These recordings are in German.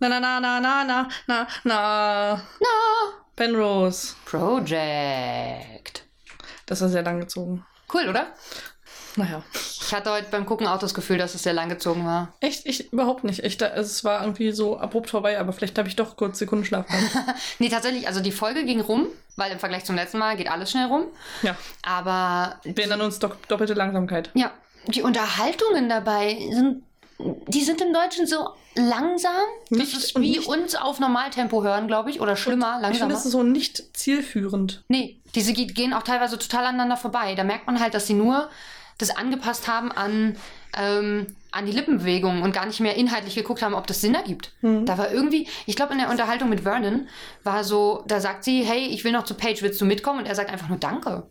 Na, na, na, na, na, na, na, na. Na. Penrose. Project. Das war sehr lang gezogen. Cool, oder? Naja. Ich hatte heute beim Gucken auch das Gefühl, dass es sehr lang gezogen war. Echt? Ich überhaupt nicht. Ich, da, es war irgendwie so abrupt vorbei, aber vielleicht habe ich doch kurz Sekunden Schlaf gehabt. Nee, tatsächlich, also die Folge ging rum, weil im Vergleich zum letzten Mal geht alles schnell rum. Ja. Aber Wir erinnern uns doch doppelte Langsamkeit. ja, die Unterhaltungen dabei sind, die sind im Deutschen so langsam. Das Nicht- ist und wie nicht- uns auf Normaltempo hören, glaube ich, oder Ich schlimmer, finde, langsamer. das ist so nicht zielführend. Nee, diese ge- gehen auch teilweise total aneinander vorbei. Da merkt man halt, dass sie nur das angepasst haben an, ähm, an die Lippenbewegungen und gar nicht mehr inhaltlich geguckt haben, ob das Sinn ergibt. Da war irgendwie, ich glaube, in der Unterhaltung mit Vernon war so, da sagt sie, hey, ich will noch zu Paige, willst du mitkommen? Und er sagt einfach nur Danke.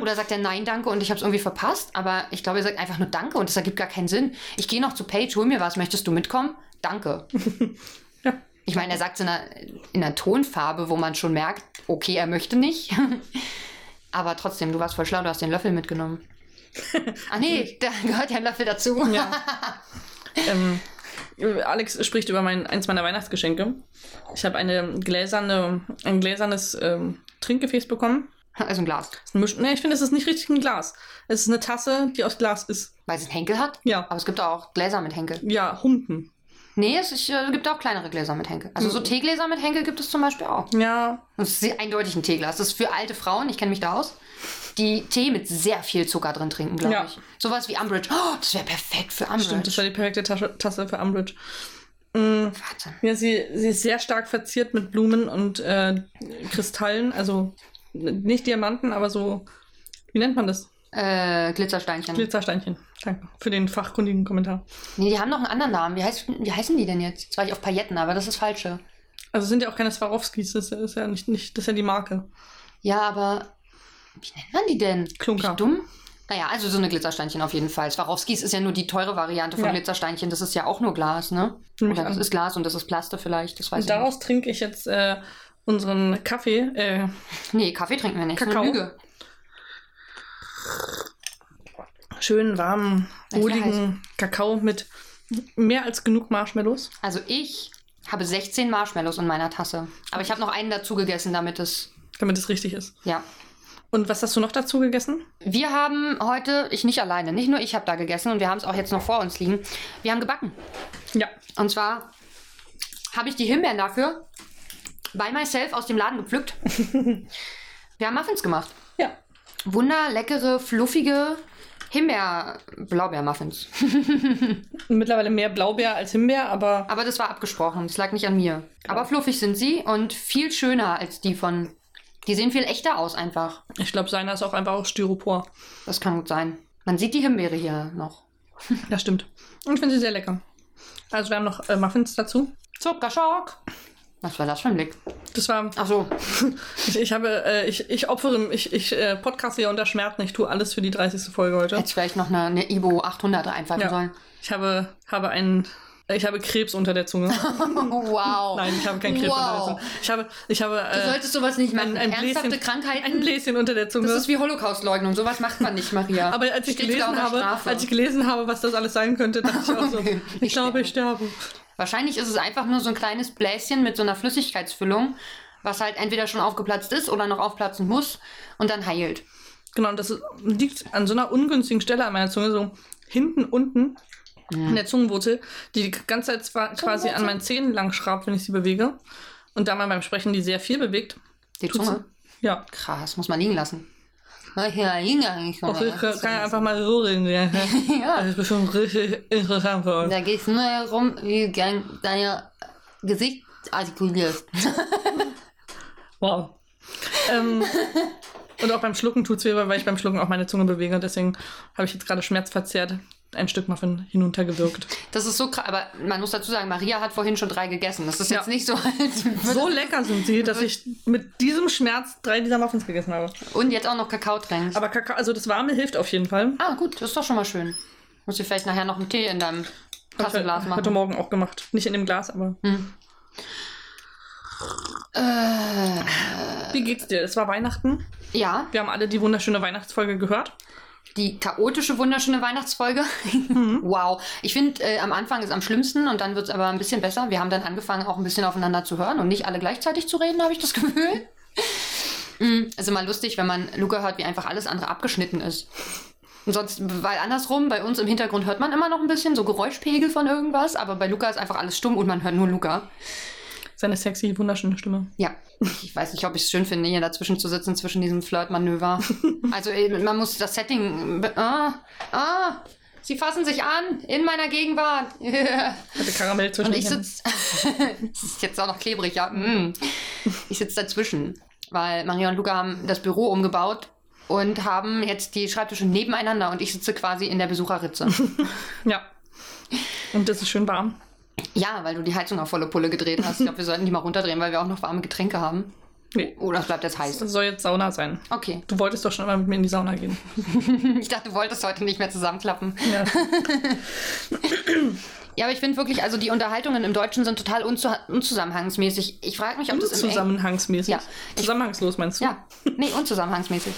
Oder sagt er Nein, danke und ich habe es irgendwie verpasst. Aber ich glaube, er sagt einfach nur Danke und das ergibt gar keinen Sinn. Ich gehe noch zu Paige, hol mir was, möchtest du mitkommen? Danke. Ja. Ich meine, er sagt es in einer, in einer Tonfarbe, wo man schon merkt, okay, er möchte nicht. Aber trotzdem, du warst voll schlau, du hast den Löffel mitgenommen. Ah nee, da gehört ja ein Löffel dazu. Ja. ähm, Alex spricht über mein, eins meiner Weihnachtsgeschenke. Ich habe eine gläserne, ein gläsernes ähm, Trinkgefäß bekommen. Also ein Glas. Es ist ein Misch- Nee, ich finde, es ist nicht richtig ein Glas. Es ist eine Tasse, die aus Glas ist. Weil es einen Henkel hat? Ja. Aber es gibt auch Gläser mit Henkel. Ja, Humpen. Nee, es ist, äh, gibt auch kleinere Gläser mit Henkel. Mhm. Also so Teegläser mit Henkel gibt es zum Beispiel auch. Ja, Und es ist eindeutig ein Teeglas. Das ist für alte Frauen, ich kenne mich da aus, die Tee mit sehr viel Zucker drin trinken, glaube Ja. ich. Sowas wie Umbridge. Oh, das wäre perfekt für Umbridge. stimmt, das war die perfekte Tasche, Tasse für Umbridge. Mm, Warte. Ja, sie, sie ist sehr stark verziert mit Blumen und äh, Kristallen, also nicht Diamanten, aber so, wie nennt man das? Äh, Glitzersteinchen. Glitzersteinchen. Danke für den fachkundigen Kommentar. nee, die haben noch einen anderen Namen. Wie, heißt, wie heißen die denn jetzt? Jetzt war ich auf Pailletten, aber das ist falsche. Also es sind ja auch keine Swarovskis, das ist ja nicht, nicht das ist ja die Marke. Ja, aber wie nennt man die denn? Klunker. Bin ich dumm? Naja, also so eine Glitzersteinchen auf jeden Fall. Swarovskis ist ja nur die teure Variante von Ja. Glitzersteinchen. Das ist ja auch nur Glas, ne? Nehme ich Oder das an. ist Glas und das ist Plaste vielleicht. Das weiß Und daraus trinke ich jetzt äh, unseren Kaffee. Äh, ich nicht. Nee, Kaffee trinken wir nicht. Das ist Kakao. Eine Lüge. schönen, warmen, Ja, wohligen Kakao mit mehr als genug Marshmallows. Also ich habe 16 Marshmallows in meiner Tasse. Aber ich habe noch einen dazu gegessen, damit es. Damit es richtig ist. Ja. Und was hast du noch dazu gegessen? Wir haben heute, ich nicht alleine, nicht nur ich habe da gegessen und wir haben es auch jetzt noch vor uns liegen. Wir haben gebacken. Ja. Und zwar habe ich die Himbeeren dafür by myself aus dem Laden gepflückt. Wir haben Muffins gemacht. Ja. Wunderleckere, fluffige Himbeer-Blaubeer-Muffins. Mittlerweile mehr Blaubeer als Himbeer, aber Aber das war abgesprochen, das lag nicht an mir. Aber fluffig sind sie und viel schöner als die von. Die sehen viel echter aus einfach. ich glaube, seiner ist auch einfach aus Styropor. Das kann gut sein. Man sieht die Himbeere hier noch. Das stimmt. Und ich finde sie sehr lecker. Also wir haben noch äh, Muffins dazu. Zuckerschock! Was war das für ein Blick? Das war, Ach so, ich, ich habe, äh, ich, ich opfere, ich, ich äh, podcaste hier unter Schmerzen. Ich tue alles für die 30. Folge heute. hätte ich vielleicht noch eine, eine Ibo 800 einfallen Ja. sollen. Ich habe, habe einen, äh, ich habe Krebs unter der Zunge. Wow. Nein, ich habe keinen Krebs wow. unter der Zunge. Ich habe, ich habe Du äh, solltest sowas nicht machen. ein, ein, Ernsthafte Bläschen, Krankheiten. ein Bläschen unter der Zunge. das ist wie Holocaustleugnung. Sowas macht man nicht, Maria. aber als ich, Stehst du da gelesen unter habe, Strafe? als ich gelesen habe, was das alles sein könnte, dachte ich auch so, Okay. ich glaube, ich sterbe. Wahrscheinlich ist es einfach nur so ein kleines Bläschen mit so einer Flüssigkeitsfüllung, was halt entweder schon aufgeplatzt ist oder noch aufplatzen muss und dann heilt. Genau, und das ist, liegt an so einer ungünstigen Stelle an meiner Zunge, so hinten unten in der Zungenwurzel, die die ganze Zeit zwar quasi an meinen Zähnen lang schraubt, wenn ich sie bewege. Und da man beim Sprechen die sehr viel bewegt, Die tut's- Zunge? Ja. Krass, muss man liegen lassen. Ja, liegen eigentlich Auch ich kann lassen. ja einfach mal so reden. Ja. Das ist bestimmt richtig interessant für euch. Da geht's nur herum, wie gern dein Gesicht artikuliert. Wow. ähm, und auch beim Schlucken tut's weh, weil ich beim Schlucken auch meine Zunge bewege. Deswegen habe ich jetzt gerade schmerzverzerrt ein Stück Muffin hinuntergewirkt. Das ist so krass, aber man muss dazu sagen, Maria hat vorhin schon drei gegessen. Das ist Ja. jetzt nicht so, als würde So lecker sind sie, dass ich mit diesem Schmerz drei dieser Muffins gegessen habe. Und jetzt auch noch Kakao trinkst. Aber Kakao, also das Warme hilft auf jeden Fall. ah, gut, das ist doch schon mal schön. Muss dir vielleicht nachher noch einen Tee in deinem Hab ich Tassenglas Heute machen. Hm. Morgen auch gemacht. Nicht in dem Glas, aber. Wie geht's dir? Es war Weihnachten. Ja, Wir haben alle die wunderschöne Weihnachtsfolge gehört. die chaotische, wunderschöne Weihnachtsfolge. Wow. Ich finde, äh, am Anfang ist am schlimmsten und dann wird es aber ein bisschen besser. Wir haben dann angefangen, auch ein bisschen aufeinander zu hören und nicht alle gleichzeitig zu reden, habe ich das Gefühl. Mm, ist immer lustig, wenn man Luca hört, wie einfach alles andere abgeschnitten ist. Und sonst, weil andersrum, bei uns im Hintergrund hört man immer noch ein bisschen so Geräuschpegel von irgendwas, aber bei Luca ist einfach alles stumm und man hört nur Luca. Seine sexy, wunderschöne Stimme. Ja, ich weiß nicht, ob ich es schön finde, hier dazwischen zu sitzen, zwischen diesem Flirtmanöver. Also eh, man muss das Setting... be- Ah, ah, sie fassen sich an, in meiner Gegenwart. Hatte Karamell zwischen Und ich den Händen. sitze. Es ist jetzt auch noch klebrig, ja. Mm. Ich sitze dazwischen, weil Maria und Luca haben das Büro umgebaut und haben jetzt die Schreibtische nebeneinander und ich sitze quasi in der Besucherritze. Ja. Und das ist schön warm. ja, weil du die Heizung auf volle Pulle gedreht hast. Ich glaube, wir sollten die mal runterdrehen, weil wir auch noch warme Getränke haben. Nee. Oh, das bleibt jetzt heiß. Das soll jetzt Sauna sein. Okay. Du wolltest doch schon mal mit mir in die Sauna gehen. Ich dachte, du wolltest heute nicht mehr zusammenklappen. Ja. Ja, aber ich finde wirklich, also die Unterhaltungen im Deutschen sind total unzu unzusammenhangsmäßig. Ich frage mich, ob das im Eng- Zusammenhangsmäßig. Ja. Zusammenhangslos meinst du? Ja, nee, unzusammenhangsmäßig.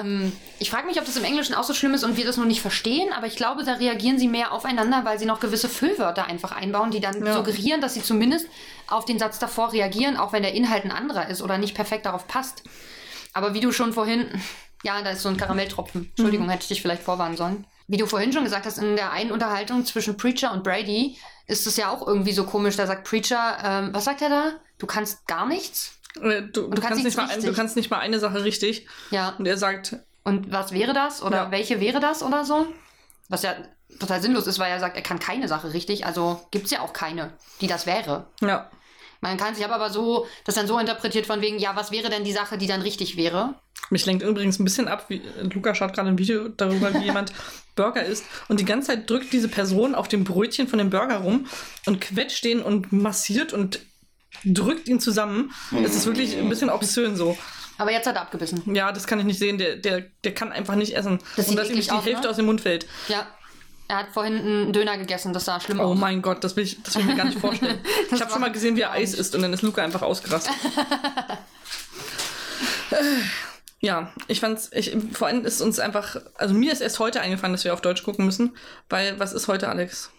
Ähm, ich frage mich, ob das im Englischen auch so schlimm ist und wir das nur nicht verstehen, aber ich glaube, da reagieren sie mehr aufeinander, weil sie noch gewisse Füllwörter einfach einbauen, die dann Ja. suggerieren, dass sie zumindest auf den Satz davor reagieren, auch wenn der Inhalt ein anderer ist oder nicht perfekt darauf passt. Aber wie du schon vorhin, ja, da ist so ein Karamelltropfen. Entschuldigung, hätte ich dich vielleicht vorwarnen sollen. Wie du vorhin schon gesagt hast, in der einen Unterhaltung zwischen Preacher und Brady ist es ja auch irgendwie so komisch. Da sagt Preacher, ähm, was sagt er da? Du kannst gar nichts? Äh, Du, du, kannst kannst nichts nicht mal, ein- du richtig. kannst nicht mal eine Sache richtig. Ja. Und er sagt, Und was wäre das? Oder Ja. welche wäre das oder so? Was ja total sinnlos ist, weil er sagt, er kann keine Sache richtig. Also gibt es ja auch keine, die das wäre. ja, Man kann sich aber, aber so, das dann so interpretiert von wegen, ja, was wäre denn die Sache, die dann richtig wäre? Mich lenkt übrigens ein bisschen ab, wie Luca schaut gerade ein Video darüber, wie jemand Burger isst und die ganze Zeit drückt diese Person auf dem Brötchen von dem Burger rum und quetscht den und massiert und drückt ihn zusammen. Es ist wirklich ein bisschen obszön so. Aber jetzt hat er abgebissen. Ja, das kann ich nicht sehen. Der, der, der kann einfach nicht essen. Das sieht und dass ihm eklig nicht die aus, ne? Hälfte aus dem Mund fällt. Ja. Er hat vorhin einen Döner gegessen, das sah schlimm Oh aus. mein Gott, das will ich, das will ich mir gar nicht vorstellen. ich habe schon mal gesehen, wie er Eis isst und dann ist Luca einfach ausgerastet. Äh, ja, ich fand's, ich, vor allem ist uns einfach, also mir ist erst heute eingefallen, dass wir auf Deutsch gucken müssen, weil was ist heute, Alex?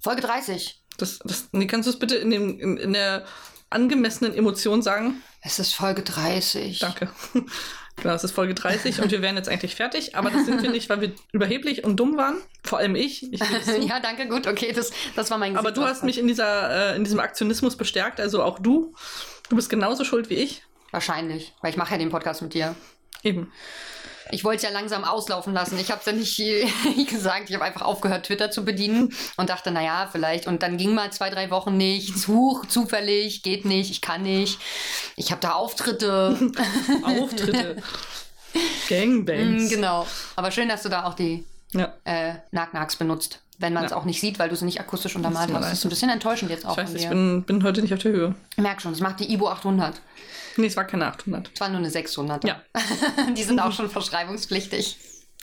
Folge 30. Das, das, nee, kannst du es bitte in, dem, in, in der angemessenen Emotion sagen? Es ist Folge 30. Danke. Genau, es ist Folge 30 und wir wären jetzt eigentlich fertig, aber das sind wir nicht, weil wir überheblich und dumm waren. Vor allem ich. ich geb's zu. Ja, danke, gut, okay, das, das war mein Aber du hast mich in, dieser, äh, in diesem Aktionismus bestärkt, also auch du. Du bist genauso schuld wie ich. Wahrscheinlich, weil ich mache ja den Podcast mit dir. Eben. Ich wollte es ja langsam auslaufen lassen. Ich habe es ja nicht äh, gesagt. Ich habe einfach aufgehört, Twitter zu bedienen und dachte, naja, vielleicht. Und dann ging mal zwei, drei Wochen nichts. Huch, zufällig, geht nicht, ich kann nicht. Ich habe da Auftritte. Auftritte. Gangbangs. Mm, genau. Aber schön, dass du da auch die Ja. äh, Nagnaks benutzt. Wenn man es Ja. auch nicht sieht, weil du es nicht akustisch untermalt mir hast. Das ist ein bisschen enttäuschend jetzt auch. Ich weiß, von ich dir. bin, bin heute nicht auf der Höhe. ich merk schon, es macht die Ibo 800. Nee, es war keine 800. Es war nur eine 600. Ja. die sind auch schon verschreibungspflichtig.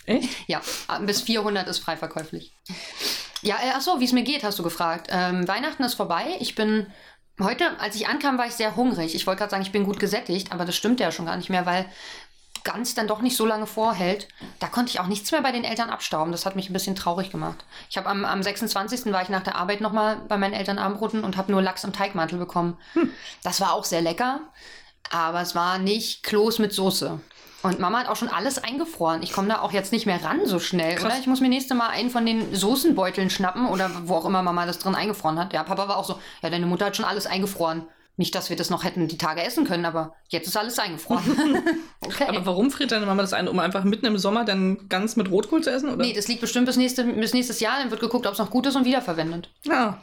Echt? Ja, bis 400 ist frei verkäuflich. Ja, äh, ach so, wie es mir geht, hast du gefragt. Ähm, Weihnachten ist vorbei. Ich bin heute, als ich ankam, war ich sehr hungrig. Ich wollte gerade sagen, ich bin gut gesättigt, aber das stimmt ja schon gar nicht mehr, weil ganz dann doch nicht so lange vorhält. Da konnte ich auch nichts mehr bei den Eltern abstauben. Das hat mich ein bisschen traurig gemacht. Ich habe am, am 26. war ich nach der Arbeit nochmal bei meinen Eltern Abendroten und habe nur Lachs im Teigmantel bekommen. Das war auch sehr lecker, aber es war nicht Kloß mit Soße. Und Mama hat auch schon alles eingefroren. Ich komme da auch jetzt nicht mehr ran so schnell, oder? Ich muss mir nächste Mal einen von den Soßenbeuteln schnappen oder wo auch immer Mama das drin eingefroren hat. Ja, Papa war auch so, ja, deine Mutter hat schon alles eingefroren. Nicht, dass wir das noch hätten die Tage essen können, aber jetzt ist alles eingefroren. okay. Aber warum friert deine Mama das ein, um einfach mitten im Sommer dann ganz mit Rotkohl zu essen? Oder? Nee, das liegt bestimmt bis, nächste, bis nächstes Jahr. Dann wird geguckt, ob es noch gut ist und wiederverwendet. Ah,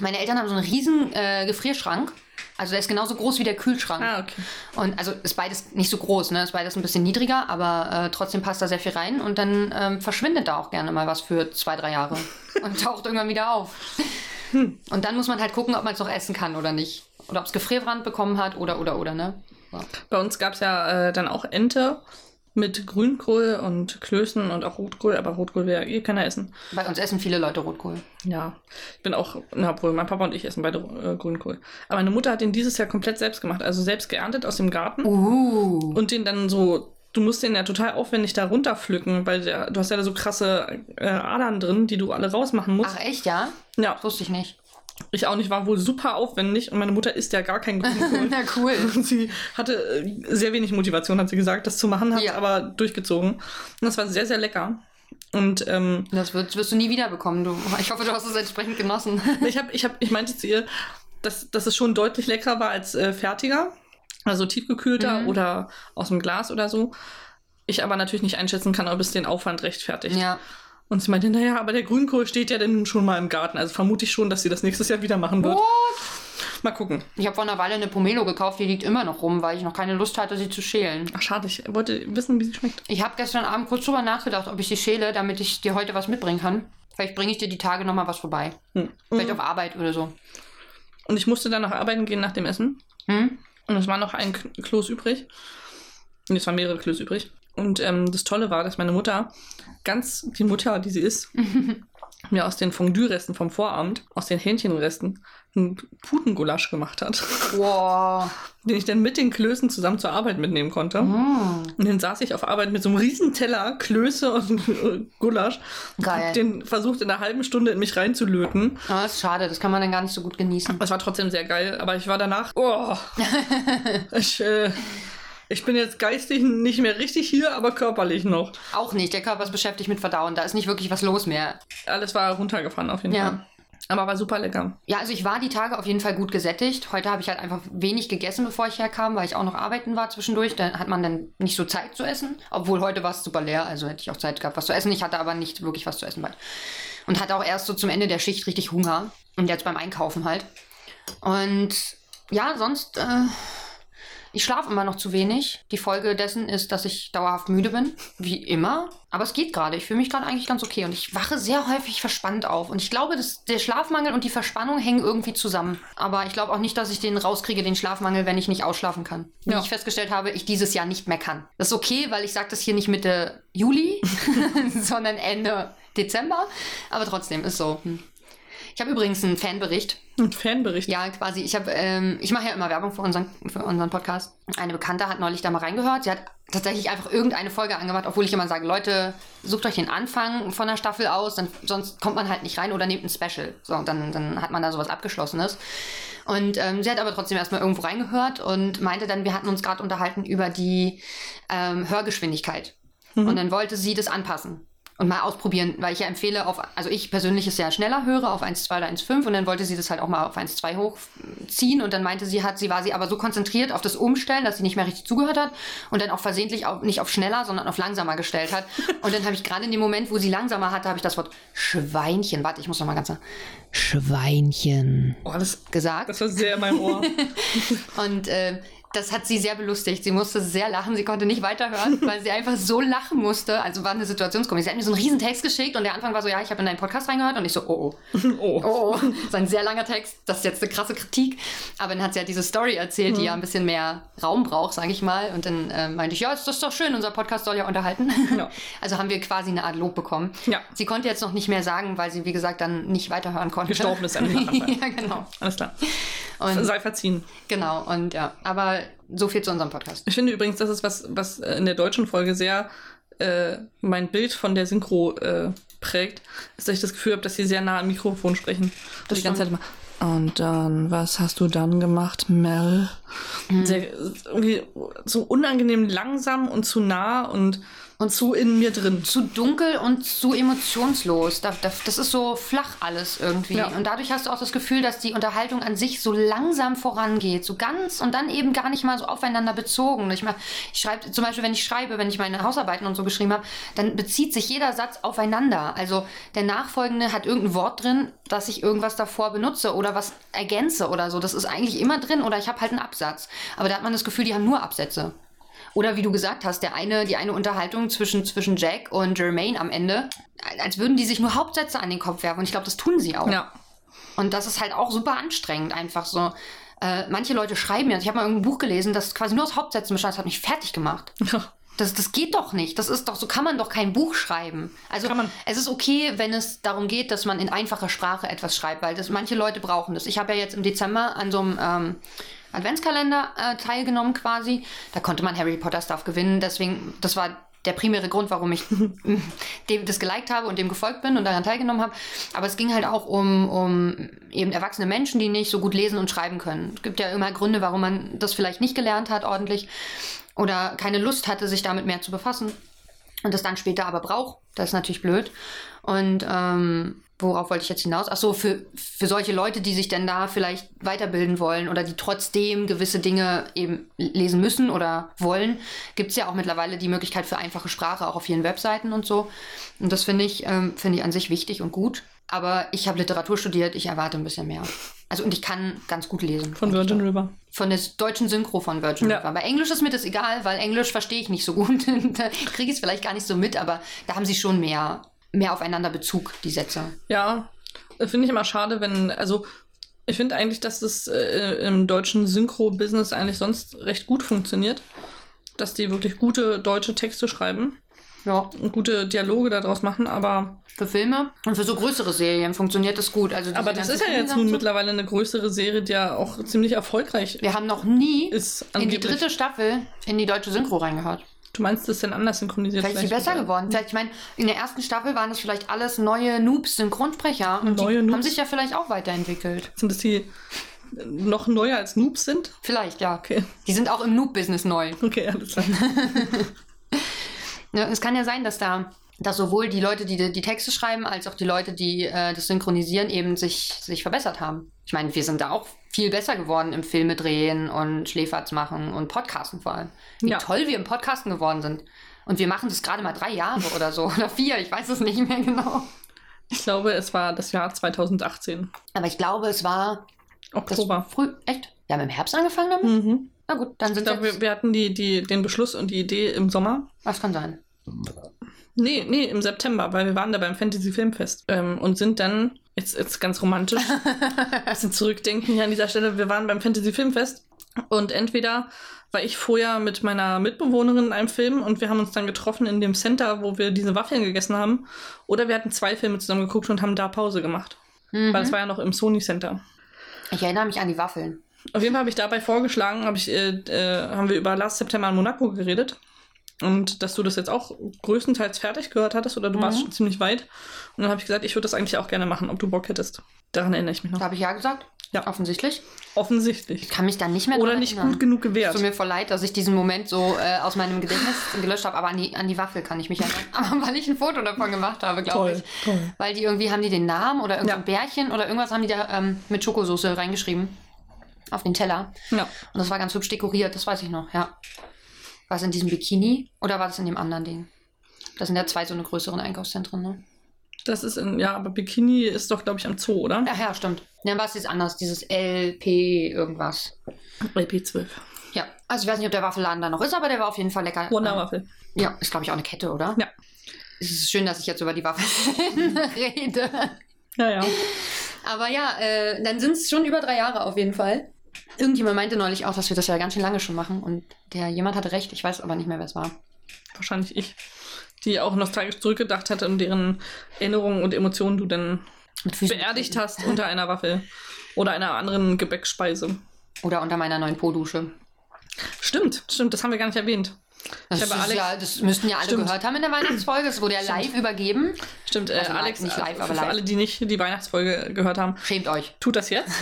Meine Eltern haben so einen riesen äh, Gefrierschrank. Also der ist genauso groß wie der Kühlschrank. ah okay. Und also ist beides nicht so groß, ne? Ist beides ein bisschen niedriger, aber äh, trotzdem passt da sehr viel rein. Und dann ähm, verschwindet da auch gerne mal was für zwei, drei Jahre und taucht irgendwann wieder auf. Und dann muss man halt gucken, ob man es noch essen kann oder nicht. Oder ob es Gefrierbrand bekommen hat oder, oder, oder, ne? So. Bei uns gab es ja äh, dann auch Ente mit Grünkohl und Klößen und auch Rotkohl, aber Rotkohl will ja eh keiner essen. Bei uns essen viele Leute Rotkohl. Ja, ich bin auch, na, obwohl mein Papa und ich essen beide äh, Grünkohl. Oh. Aber meine Mutter hat den dieses Jahr komplett selbst gemacht, also selbst geerntet aus dem Garten Uh. und den dann so du musst den ja total aufwendig da runterpflücken, weil der, du hast ja da so krasse äh, Adern drin, die du alle rausmachen musst. Ach Ah, echt, ja? Ja, Das wusste ich nicht. ich auch nicht, war wohl super aufwendig und meine Mutter isst ja gar keinen Grünkohl. Na cool. Und sie hatte äh, sehr wenig Motivation, hat sie gesagt, das zu machen, hat Ja. aber durchgezogen. Und das war sehr, sehr lecker. Und ähm, Das wirst, wirst du nie wiederbekommen. Du, ich hoffe, du hast es entsprechend genossen. ich, hab, ich, hab, ich meinte zu ihr, dass, dass es schon deutlich leckerer war als äh, fertiger, also tiefgekühlter Mhm. oder aus dem Glas oder so. Ich aber natürlich nicht einschätzen kann, ob es den Aufwand rechtfertigt. ja. Und sie meinte, naja, aber der Grünkohl steht ja denn schon mal im Garten. Also vermute ich schon, dass sie das nächstes Jahr wieder machen wird. Mal gucken. Ich habe vor einer Weile eine Pomelo gekauft, die liegt immer noch rum, weil ich noch keine Lust hatte, sie zu schälen. Ach, schade, ich wollte wissen, wie sie schmeckt. Ich habe gestern Abend kurz drüber nachgedacht, ob ich sie schäle, damit ich dir heute was mitbringen kann. Vielleicht bringe ich dir die Tage nochmal was vorbei. Hm. Vielleicht auf Arbeit oder so. Und ich musste dann noch arbeiten gehen nach dem Essen. Hm? Und es war noch ein K- Kloß übrig. Und es waren mehrere Klöße übrig. Und ähm, das Tolle war, dass meine Mutter, ganz die Mutter, die sie ist, mir aus den Fondue-Resten vom Vorabend, aus den Hähnchenresten, einen Putengulasch gemacht hat, Wow. den ich dann mit den Klößen zusammen zur Arbeit mitnehmen konnte. Hm. Und dann saß ich auf Arbeit mit so einem riesen Teller Klöße und äh, Gulasch. Geil. Hab den versucht in einer halben Stunde in mich reinzulöten. Ah, das ist schade, das kann man dann gar nicht so gut genießen. Es war trotzdem sehr geil, aber ich war danach. Oh, ich, äh, ich bin jetzt geistig nicht mehr richtig hier, aber körperlich noch. Auch nicht, der Körper ist beschäftigt mit Verdauen, da ist nicht wirklich was los mehr. Alles war runtergefahren auf jeden Ja. Fall. Aber war super lecker. Ja, also ich war die Tage auf jeden Fall gut gesättigt. Heute habe ich halt einfach wenig gegessen, bevor ich herkam, weil ich auch noch arbeiten war zwischendurch. Dann hat man dann nicht so Zeit zu essen. Obwohl heute war es super leer, also hätte ich auch Zeit gehabt, was zu essen. Ich hatte aber nicht wirklich was zu essen bald. Und hatte auch erst so zum Ende der Schicht richtig Hunger. Und jetzt beim Einkaufen halt. Und ja, sonst, äh, ich schlafe immer noch zu wenig. Die Folge dessen ist, dass ich dauerhaft müde bin, wie immer. Aber es geht gerade. Ich fühle mich gerade eigentlich ganz okay. Und ich wache sehr häufig verspannt auf. Und ich glaube, dass der Schlafmangel und die Verspannung hängen irgendwie zusammen. Aber ich glaube auch nicht, dass ich den rauskriege, den Schlafmangel, wenn ich nicht ausschlafen kann. Wie Ja. ich festgestellt habe, ich dieses Jahr nicht mehr kann. Das ist okay, weil ich sage das hier nicht Mitte Juli, sondern Ende Dezember. Aber trotzdem ist so. Hm. Ich habe übrigens einen Fanbericht. Ein Fanbericht. Ja, quasi. Ich habe, ähm, ich mache ja immer Werbung für unseren, für unseren Podcast. Eine Bekannte hat neulich da mal reingehört. Sie hat tatsächlich einfach irgendeine Folge angemacht, obwohl ich immer sage, Leute, sucht euch den Anfang von der Staffel aus, dann, sonst kommt man halt nicht rein oder nehmt ein Special. So, und dann, dann hat man da sowas Abgeschlossenes. Und ähm, sie hat aber trotzdem erstmal irgendwo reingehört und meinte dann, wir hatten uns gerade unterhalten über die ähm, Hörgeschwindigkeit. Und dann wollte sie das anpassen und mal ausprobieren, weil ich ja empfehle, auf, also ich persönlich es ja schneller höre, auf 1,2 oder 1,5 und dann wollte sie das halt auch mal auf 1,2 hochziehen und dann meinte sie, hat sie war sie aber so konzentriert auf das Umstellen, dass sie nicht mehr richtig zugehört hat und dann auch versehentlich auf, nicht auf schneller, sondern auf langsamer gestellt hat. Und dann habe ich gerade in dem Moment, wo sie langsamer hatte, habe ich das Wort Schweinchen, warte, ich muss noch mal ganz nah, Schweinchen Oh, das, gesagt. das war sehr in meinem Ohr. Und äh, das hat sie sehr belustigt. Sie musste sehr lachen. Sie konnte nicht weiterhören, weil sie einfach so lachen musste. Also war eine Situationskomik. Sie hat mir so einen riesen Text geschickt und der Anfang war so, ja, ich habe in deinen Podcast reingehört. Und ich so, oh, oh, Oh. oh, oh. So ein sehr langer Text. Das ist jetzt eine krasse Kritik. Aber dann hat sie ja diese Story erzählt, Mhm. die ja ein bisschen mehr Raum braucht, sage ich mal. Und dann äh, meinte ich, ja, ist das doch schön. Unser Podcast soll ja unterhalten. Ja. Also haben wir quasi eine Art Lob bekommen. Genau. Ja. Sie konnte jetzt noch nicht mehr sagen, weil sie, wie gesagt, dann nicht weiterhören konnte. Gestorben ist Also an dem Lachen. ja, genau. Alles klar. Und Sei verziehen. Genau, und ja, aber so viel zu unserem Podcast. Ich finde übrigens, das ist was, was äh, in der deutschen Folge sehr äh, mein Bild von der Synchro äh, prägt, ist, dass ich das Gefühl habe, dass sie sehr nah am Mikrofon sprechen. Das die ganze Zeit immer. Und dann, was hast du dann gemacht, Mel? Sehr, irgendwie so unangenehm langsam und zu nah und, und zu in mir drin. Zu dunkel und zu emotionslos. Da, da, das ist so flach alles irgendwie. Ja. Und dadurch hast du auch das Gefühl, dass die Unterhaltung an sich so langsam vorangeht. So ganz und dann eben gar nicht mal so aufeinander bezogen. Ich, mach- ich schreibe, zum Beispiel, wenn ich schreibe, wenn ich meine Hausarbeiten und so geschrieben habe, dann bezieht sich jeder Satz aufeinander. Also der nachfolgende hat irgendein Wort drin, dass ich irgendwas davor benutze oder was ergänze oder so. Das ist eigentlich immer drin oder ich habe halt einen Absatz. Aber da hat man das Gefühl, die haben nur Absätze. Oder wie du gesagt hast, der eine, die eine Unterhaltung zwischen, zwischen Jack und Jermaine am Ende, als würden die sich nur Hauptsätze an den Kopf werfen. Und ich glaube, das tun sie auch. Ja. Und das ist halt auch super anstrengend, einfach so. Äh, manche Leute schreiben jetzt, ich habe mal irgendein Buch gelesen, das ist quasi nur aus Hauptsätzen bestand, das hat mich fertig gemacht. Das, das geht doch nicht. Das ist doch, so kann man doch kein Buch schreiben. Also Kann man. es ist okay, wenn es darum geht, dass man in einfacher Sprache etwas schreibt, weil das manche Leute brauchen das. Ich habe ja jetzt im Dezember an so einem ähm, Adventskalender äh, teilgenommen quasi. Da konnte man Harry Potter Stuff gewinnen. Deswegen, das war der primäre Grund, warum ich dem das geliked habe und dem gefolgt bin und daran teilgenommen habe. Aber es ging halt auch um, um eben erwachsene Menschen, die nicht so gut lesen und schreiben können. Es gibt ja immer Gründe, warum man das vielleicht nicht gelernt hat ordentlich oder keine Lust hatte, sich damit mehr zu befassen und das dann später aber braucht. Das ist natürlich blöd. Und ähm, worauf wollte ich jetzt hinaus? Ach so, für, für solche Leute, die sich denn da vielleicht weiterbilden wollen oder die trotzdem gewisse Dinge eben lesen müssen oder wollen, gibt es ja auch mittlerweile die Möglichkeit für einfache Sprache auch auf vielen Webseiten und so. Und das finde ich, ähm, finde ich an sich wichtig und gut. Aber ich habe Literatur studiert, ich erwarte ein bisschen mehr. Also und ich kann ganz gut lesen. Von Virgin River. Von der deutschen Synchro von Virgin Ja. River. Bei Englisch ist mir das egal, weil Englisch verstehe ich nicht so gut. da kriege ich es vielleicht gar nicht so mit, aber da haben sie schon mehr, mehr aufeinander Bezug, die Sätze. Ja, finde ich immer schade, wenn, also ich finde eigentlich, dass das äh, im deutschen Synchro-Business eigentlich sonst recht gut funktioniert. Dass die wirklich gute deutsche Texte schreiben Ja. und gute Dialoge daraus machen, aber, Für Filme und für so größere Serien funktioniert das gut. Also diese aber das ganzen ist ja jetzt Filme- nun mittlerweile eine größere Serie, die ja auch ziemlich erfolgreich Wir haben noch nie ist. in die angeblich. dritte Staffel in die deutsche Synchro reingehört. Du meinst, das ist denn anders synchronisiert? Vielleicht ist sie besser oder? geworden. Vielleicht, ich meine, in der ersten Staffel waren das vielleicht alles neue Noobs-Synchronsprecher. Und Neue die haben Noobs? sich ja vielleicht auch weiterentwickelt. Sind das die äh, noch neuer als Noobs sind? Vielleicht, ja. Okay, Die sind auch im Noob-Business neu. okay, alles klar. Ja, Ne, es kann ja sein, dass da dass sowohl die Leute, die die die Texte schreiben, als auch die Leute, die äh, das synchronisieren, eben sich, sich verbessert haben. Ich meine, wir sind da auch viel besser geworden im Filme drehen und Schläferz machen und Podcasten vor allem. Wie Ja. toll wir im Podcasten geworden sind. Und wir machen das gerade mal drei Jahre oder so oder vier, ich weiß es nicht mehr genau. Ich glaube, es war das Jahr 2018. Aber ich glaube, es war das Oktober. früh, echt? Wir haben im Herbst angefangen damit? Mhm. Na gut, dann Ich sind glaube, wir, wir. wir hatten die, die, den Beschluss und die Idee im Sommer. Was kann sein? Nee, nee, im September, weil wir waren da beim Fantasy Filmfest ähm, und sind dann, jetzt, jetzt ganz romantisch, ein bisschen zurückdenken hier an dieser Stelle, wir waren beim Fantasy Filmfest und entweder war ich vorher mit meiner Mitbewohnerin in einem Film und wir haben uns dann getroffen in dem Center, wo wir diese Waffeln gegessen haben, oder wir hatten zwei Filme zusammen geguckt und haben da Pause gemacht, Mhm. weil es war ja noch im Sony Center. Ich erinnere mich an die Waffeln. Auf jeden Fall habe ich dabei vorgeschlagen, habe ich, äh, äh, haben wir über Last September in Monaco geredet. Und dass du das jetzt auch größtenteils fertig gehört hattest oder du warst Mhm. schon ziemlich weit. Und dann habe ich gesagt, ich würde das eigentlich auch gerne machen, ob du Bock hättest. Daran erinnere ich mich noch. Da habe ich ja gesagt. Ja. Offensichtlich. Offensichtlich. Ich kann mich dann nicht mehr Oder dran nicht erinnern. gut genug Es gewährt. tut mir voll leid, dass ich diesen Moment so äh, aus meinem Gedächtnis gelöscht habe, aber an die, an die Waffel kann ich mich erinnern. Aber weil ich ein Foto davon gemacht habe, glaube Toll, ich. toll. Weil die irgendwie haben die den Namen oder irgendein Ja. Bärchen oder irgendwas haben die da ähm, mit Schokosoße reingeschrieben. Auf den Teller. Ja. Und das war ganz hübsch dekoriert, das weiß ich noch, ja. War es in diesem Bikini oder war das in dem anderen Ding? Das sind ja zwei so eine größeren Einkaufszentren, ne? Das ist in, ja, aber Bikini ist doch, glaube ich, am Zoo, oder? Ach ja, stimmt. Dann war es jetzt anders, dieses LP irgendwas. LP12. Ja, also ich weiß nicht, ob der Waffelladen da noch ist, aber der war auf jeden Fall lecker. Wonder Ähm, Waffel. Ja, ist glaube ich auch eine Kette, oder? Ja. Es ist schön, dass ich jetzt über die Waffeln rede. Ja, ja. Aber ja, äh, dann sind es schon über drei Jahre auf jeden Fall. Irgendjemand meinte neulich auch, dass wir das ja ganz schön lange schon machen. Und der jemand hatte recht, ich weiß aber nicht mehr, wer es war. Wahrscheinlich ich. Die auch nostalgisch zurückgedacht hatte und deren Erinnerungen und Emotionen du dann Mit Füßen beerdigt hast unter einer Waffel oder einer anderen Gebäckspeise. Oder unter meiner neuen Po-Dusche. Stimmt, stimmt, das haben wir gar nicht erwähnt. Das, Ich habe ist Alex- ja, das müssten ja alle Stimmt. gehört haben in der Weihnachtsfolge. Es wurde ja live übergeben. Stimmt, äh, Also live, Alex, nicht live, für, aber für live. alle, die nicht die Weihnachtsfolge gehört haben, Schämt euch. tut das jetzt.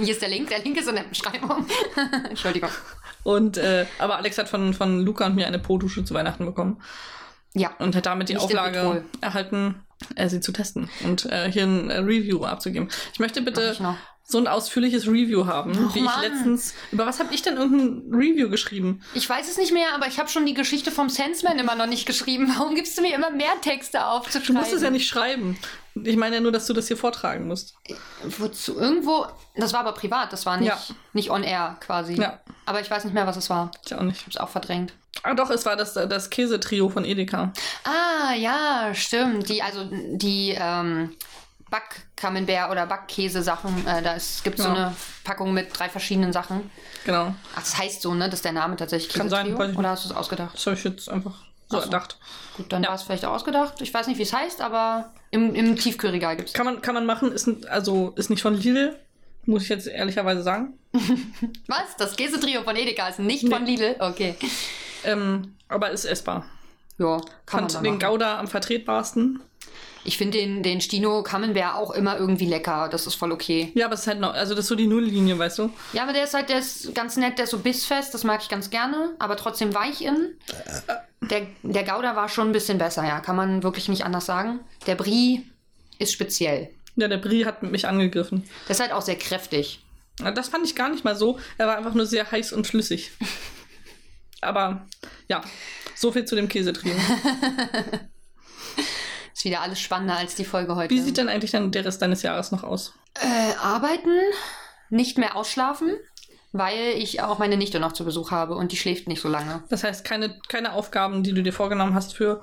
Hier ist der Link. Der Link ist in der Beschreibung. Entschuldigung. Und, äh, aber Alex hat von, von Luca und mir eine Po-Dusche zu Weihnachten bekommen Ja. und hat damit die Nicht im Auflage Petrol. erhalten, äh, sie zu testen und äh, hier ein äh, Review abzugeben. Ich möchte bitte Mach ich noch. so ein ausführliches Review haben, Och, wie Mann. ich letztens. Über was habe ich denn irgendein Review geschrieben? Ich weiß es nicht mehr, aber ich habe schon die Geschichte vom Sandman immer noch nicht geschrieben. Warum gibst du mir immer mehr Texte auf zu Du musst es ja nicht schreiben. Ich meine ja nur, dass du das hier vortragen musst. Wozu? Irgendwo. Das war aber privat, das war nicht, Ja. nicht on air quasi. Ja. Aber ich weiß nicht mehr, was es war. Ich auch nicht. Ich hab's auch verdrängt. Ah, doch, es war das, das Käsetrio von Edeka. Ah, ja, stimmt. Die, also die ähm, Back-Camembert oder Backkäse-Sachen, äh, da ist- gibt es Ja. so eine Packung mit drei verschiedenen Sachen. Genau. Ach, das heißt so, ne? Das ist der Name tatsächlich. Kann sein, Käsetrio? weiß ich nicht. Oder hast du es ausgedacht? Das habe ich jetzt einfach so, Ach so. erdacht. Gut, dann Ja. war es vielleicht auch ausgedacht. Ich weiß nicht, wie es heißt, aber im, im Tiefkühlregal gibt es Kann man, kann man machen, ist, n- also, ist nicht von Lidl, Muss ich jetzt ehrlicherweise sagen. Was? Das Käsetrio von Edeka ist nicht von Lidl? Okay. Ähm, aber ist essbar. Ja, kann Fand man den den Gouda am vertretbarsten. Ich finde den, den Stino Camembert auch immer irgendwie lecker. Das ist voll okay. Ja, aber es ist halt noch, also das ist so die Nulllinie, weißt du? Ja, aber der ist halt, der ist ganz nett, der ist so bissfest. Das mag ich ganz gerne. Aber trotzdem weich innen. Der, der Gouda war schon ein bisschen besser, ja. Kann man wirklich nicht anders sagen. Der Brie ist speziell. Ja, der Brie hat mich angegriffen. Der ist halt auch sehr kräftig. Na, Das fand ich gar nicht mal so. Er war einfach nur sehr heiß und flüssig. Aber ja, so viel zu dem Käsetrio. Ist wieder alles spannender als die Folge heute. Wie sieht denn eigentlich dann der Rest deines Jahres noch aus? Äh, arbeiten, nicht mehr ausschlafen, weil ich auch meine Nichte noch zu Besuch habe und die schläft nicht so lange. Das heißt, keine, keine Aufgaben, die du dir vorgenommen hast für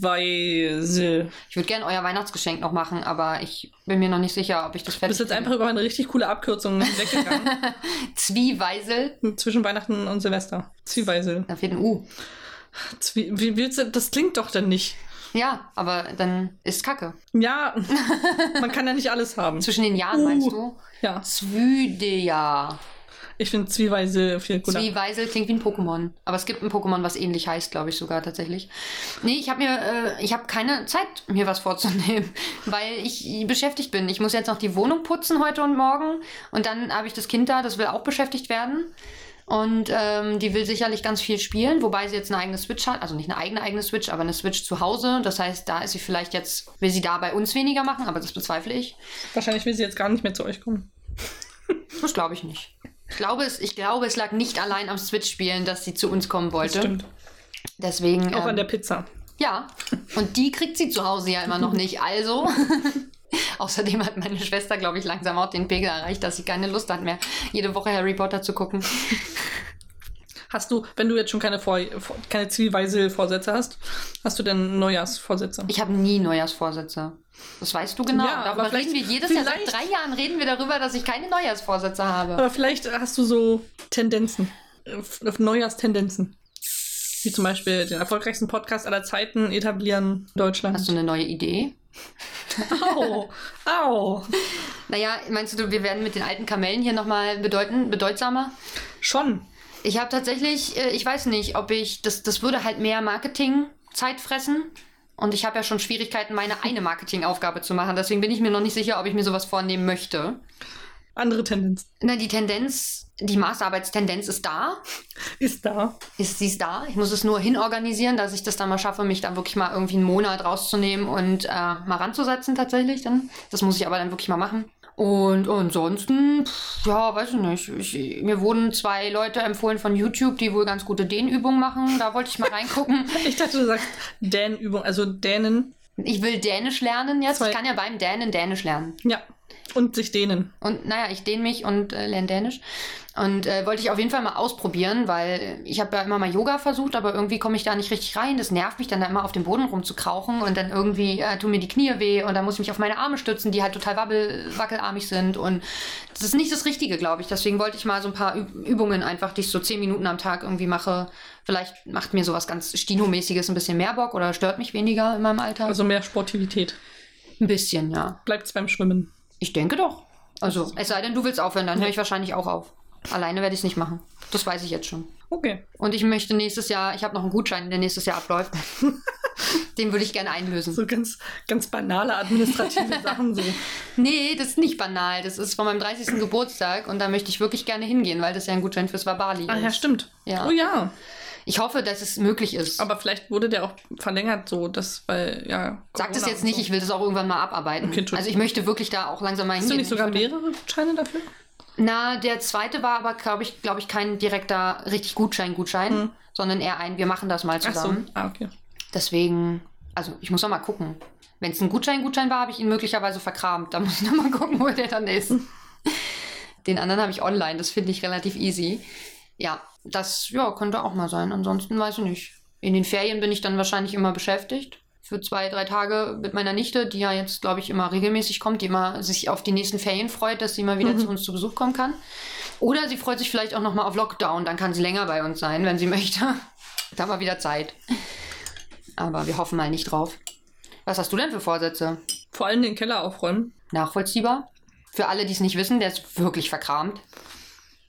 Zwieweise. Ich würde gern euer Weihnachtsgeschenk noch machen, aber ich bin mir noch nicht sicher, ob ich das Du fertig bist jetzt kriege. einfach über eine richtig coole Abkürzung hinweggegangen. Zwieweisel. zwischen Weihnachten und Silvester. Zwieweise. Da fehlt ein U. Zwie wie willst du, das klingt doch dann nicht. Ja, aber dann ist Kacke. Ja, man kann ja nicht alles haben. Zwischen den Jahren Uh. meinst du? Ja, Zwüdeja. ich finde Zwieweise viel cooler. Zwieweisel klingt wie ein Pokémon. Aber es gibt ein Pokémon, was ähnlich heißt, glaube ich sogar tatsächlich. Nee, ich habe mir, äh, ich habe keine Zeit, mir was vorzunehmen, weil ich beschäftigt bin. Ich muss jetzt noch die Wohnung putzen heute und morgen. Und dann habe ich das Kind da, das will auch beschäftigt werden. Und ähm, die will sicherlich ganz viel spielen, wobei sie jetzt eine eigene Switch hat. Also nicht eine eigene eigene Switch, aber eine Switch zu Hause. Das heißt, da ist sie vielleicht jetzt, will sie da bei uns weniger machen, aber das bezweifle ich. Wahrscheinlich will sie jetzt gar nicht mehr zu euch kommen. Das glaube ich nicht. Ich glaube, es, ich glaube, es lag nicht allein am Switch-Spielen, dass sie zu uns kommen wollte. Stimmt. Deswegen. Auch an der Ähm, Pizza. ja. Und die kriegt sie zu Hause ja immer noch nicht. Also. Außerdem hat meine Schwester, glaube ich, langsam auch den Pegel erreicht, dass sie keine Lust hat mehr, jede Woche Harry Potter zu gucken. Hast du, wenn du jetzt schon keine, Vor Vor- keine Zwieweise-Vorsätze hast, hast du denn Neujahrsvorsätze? Ich habe nie Neujahrsvorsätze. Das weißt du genau. Ja, aber darüber vielleicht- reden wir jedes Jahr. Seit vielleicht- drei Jahren reden wir darüber, dass ich keine Neujahrsvorsätze habe. Aber vielleicht hast du so Tendenzen, äh, auf Neujahrstendenzen. Wie zum Beispiel den erfolgreichsten Podcast aller Zeiten etablieren in Deutschland. Hast du eine neue Idee? Au, au. Naja, meinst du, wir werden mit den alten Kamellen hier nochmal bedeuten, bedeutsamer? Schon. Ich habe tatsächlich, äh, ich weiß nicht, ob ich, das, das würde halt mehr Marketing-Zeit fressen. Und ich habe ja schon Schwierigkeiten, meine eine Marketingaufgabe zu machen. Deswegen bin ich mir noch nicht sicher, ob ich mir sowas vornehmen möchte. Andere Tendenz Na, die Tendenz, die Maßarbeitstendenz ist da. ist da. Ist, sie ist da. Ich muss es nur hinorganisieren, dass ich das dann mal schaffe, mich dann wirklich mal irgendwie einen Monat rauszunehmen und äh, mal ranzusetzen tatsächlich. Dann. Das muss ich aber dann wirklich mal machen. Und ansonsten, pff, ja, weiß ich nicht. Ich, mir wurden zwei Leute empfohlen von YouTube, die wohl ganz gute Dehnübungen machen. Da wollte ich mal reingucken. Ich dachte, du sagst Dänenübung, also Dänen. Ich will Dänisch lernen jetzt. Zwei- Ich kann ja beim Dänen Dänisch lernen. Ja. Und sich dehnen. Und naja, ich dehne mich und äh, lerne Dänisch. Und äh, wollte ich auf jeden Fall mal ausprobieren, weil ich habe ja immer mal Yoga versucht, aber irgendwie komme ich da nicht richtig rein. Das nervt mich dann da immer auf dem Boden rumzukrauchen und dann irgendwie äh, tun mir die Knie weh und dann muss ich mich auf meine Arme stützen, die halt total wabbel, wackelarmig sind. Und das ist nicht das Richtige, glaube ich. Deswegen wollte ich mal so ein paar Üb Übungen einfach, die ich so zehn Minuten am Tag irgendwie mache. Vielleicht macht mir sowas ganz Stino-mäßiges ein bisschen mehr Bock oder stört mich weniger in meinem Alltag. Also mehr Sportivität. ein bisschen, ja. Bleibt's beim Schwimmen. Ich denke doch. Also, es sei denn, du willst aufhören, dann höre ich wahrscheinlich auch auf. Alleine werde ich es nicht machen. Das weiß ich jetzt schon. Okay. Und ich möchte nächstes Jahr, ich habe noch einen Gutschein, der nächstes Jahr abläuft. Den würde ich gerne einlösen. So ganz, ganz banale administrative Sachen so. Nee, das ist nicht banal. Das ist von meinem 30. Geburtstag und da möchte ich wirklich gerne hingehen, weil das ja ein Gutschein fürs Wabali Ah ist. ja, stimmt. Ja. Oh ja. Ich hoffe, dass es möglich ist. Aber vielleicht wurde der auch verlängert so, das, weil, ja. Sag das Corona jetzt und nicht, so. ich will das auch irgendwann mal abarbeiten. Okay, tut- also ich möchte wirklich da auch langsam mal Hast du hingehen. nicht sogar mehrere Gutscheine dafür? Na, der zweite war aber, glaube ich, glaube ich, kein direkter richtig Gutschein-Gutschein, sondern eher ein, wir machen das mal Mhm. Ach so. zusammen. Ah, okay. Deswegen, also ich muss noch mal gucken. Wenn es ein Gutschein-Gutschein war, habe ich ihn möglicherweise verkramt. Da muss ich noch mal gucken, wo der dann ist. Den anderen habe ich online. Das finde ich relativ easy. Ja, das ja, könnte auch mal sein. Ansonsten weiß ich nicht. In den Ferien bin ich dann wahrscheinlich immer beschäftigt. Für zwei, drei Tage mit meiner Nichte, die ja jetzt, glaube ich, immer regelmäßig kommt, die immer sich auf die nächsten Ferien freut, dass sie mal wieder zu uns zu Besuch kommen kann. Oder sie freut sich vielleicht auch nochmal auf Lockdown, dann kann sie länger bei uns sein, wenn sie möchte. Da mal wieder Zeit. Aber wir hoffen mal nicht drauf. Was hast du denn für Vorsätze? Vor allem den Keller aufräumen. Nachvollziehbar? Für alle, die es nicht wissen, der ist wirklich verkramt.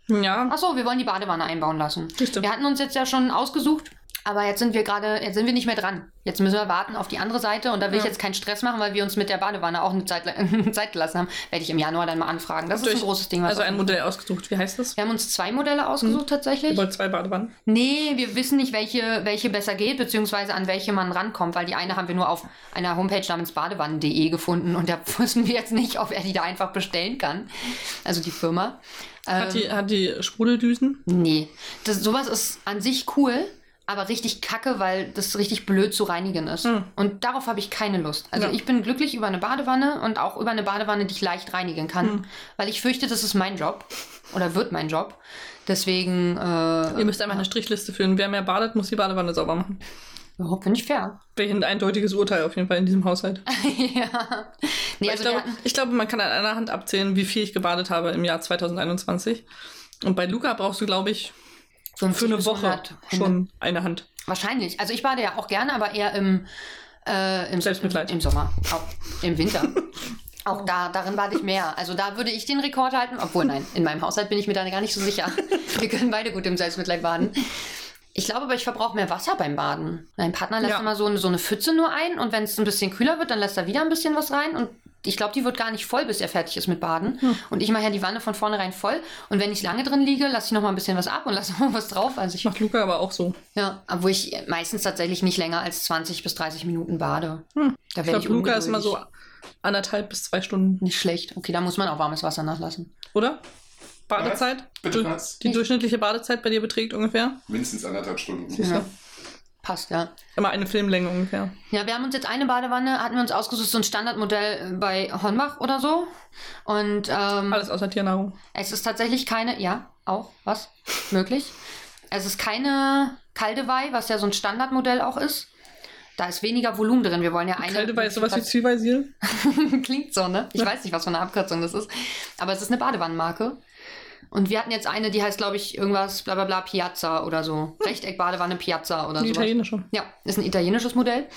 Ja, Achso, wir wollen die Badewanne einbauen lassen. Stimmt. Wir hatten uns jetzt ja schon ausgesucht, aber jetzt sind wir gerade, jetzt sind wir nicht mehr dran. Jetzt müssen wir warten auf die andere Seite und da will ich Ja. jetzt keinen Stress machen, weil wir uns mit der Badewanne auch eine Zeit, lang- Zeit gelassen haben. Werde ich im Januar dann mal anfragen. Das ist Durch- ein großes Ding. Was also auf- ein Mhm. Modell ausgesucht. Wie heißt das? wir haben uns zwei Modelle ausgesucht Ihr tatsächlich. wollt zwei Badewannen. Nee, wir wissen nicht, welche, welche besser geht, beziehungsweise an welche man rankommt, weil die eine haben wir nur auf einer Homepage namens badewannen.de gefunden und da wussten wir jetzt nicht, ob er die da einfach bestellen kann. Also die Firma. Ähm, Hat die, hat die Sprudeldüsen? Nee. Das, sowas ist an sich cool, aber richtig kacke, weil das richtig blöd zu reinigen ist. Hm. Und darauf habe ich keine Lust. Also Ja. ich bin glücklich über eine Badewanne und auch über eine Badewanne, die ich leicht reinigen kann. Hm. Weil ich fürchte, das ist mein Job. Oder wird mein Job. Deswegen, äh, Ihr müsst einmal eine Strichliste führen. Wer mehr badet, muss die Badewanne sauber machen. überhaupt bin ich fair. Welch ein eindeutiges Urteil auf jeden Fall in diesem Haushalt. ja. Nee, Weil ich, also wir glaube, hatten, ich glaube, man kann an einer Hand abzählen, wie viel ich gebadet habe im Jahr 2021. Und bei Luca brauchst du, glaube ich, 50 für eine bis Woche 100 Hände. schon eine Hand. Wahrscheinlich. Also ich bade ja auch gerne, aber eher im, äh, im Selbstmitleid. Im, im Sommer. Auch im Winter. auch da, darin bade ich mehr. Also da würde ich den Rekord halten. Obwohl, nein, in meinem Haushalt bin ich mir da gar nicht so sicher. Wir können beide gut im Selbstmitleid baden. Ich glaube aber, ich verbrauche mehr Wasser beim Baden. Mein Partner lässt Ja. immer so eine, so eine Pfütze nur ein und wenn es ein bisschen kühler wird, dann lässt er wieder ein bisschen was rein und ich glaube, die wird gar nicht voll, bis er fertig ist mit Baden. Hm. Und ich mache ja die Wanne von vornherein voll und wenn ich lange drin liege, lasse ich noch mal ein bisschen was ab und lasse noch mal was drauf. Also ich Macht Luca aber auch so. ja, obwohl ich meistens tatsächlich nicht länger als 20 bis 30 Minuten bade. Da Hm, Ich werde glaube, ich, Luca ist mal so ungeduldig. anderthalb bis zwei Stunden, Nicht schlecht. Okay, da muss man auch warmes Wasser nachlassen. oder? Badezeit? Bitte Du- was? Die durchschnittliche Badezeit bei dir beträgt ungefähr? Mindestens anderthalb Stunden. Siehst du? Mhm. Ja. Passt, ja. Immer eine Filmlänge ungefähr. Ja, wir haben uns jetzt eine Badewanne, hatten wir uns ausgesucht, so ein Standardmodell äh, bei Hornbach oder so. Und ähm, Alles außer Tiernahrung. es ist tatsächlich keine, ja, auch, was? Möglich. Es ist keine Kaldewei, was ja so ein Standardmodell auch ist. Da ist weniger Volumen drin. Wir wollen ja eine. Kälte bei sowas wie Zyvasil. Klingt so, ne? Ich weiß nicht, was für eine Abkürzung das ist. Aber es ist eine Badewannenmarke. Und wir hatten jetzt eine, die heißt, glaube ich, irgendwas bla bla bla Piazza oder so. Rechteck-Badewanne Piazza oder Die so. italienische. Ja, ist ein italienisches Modell.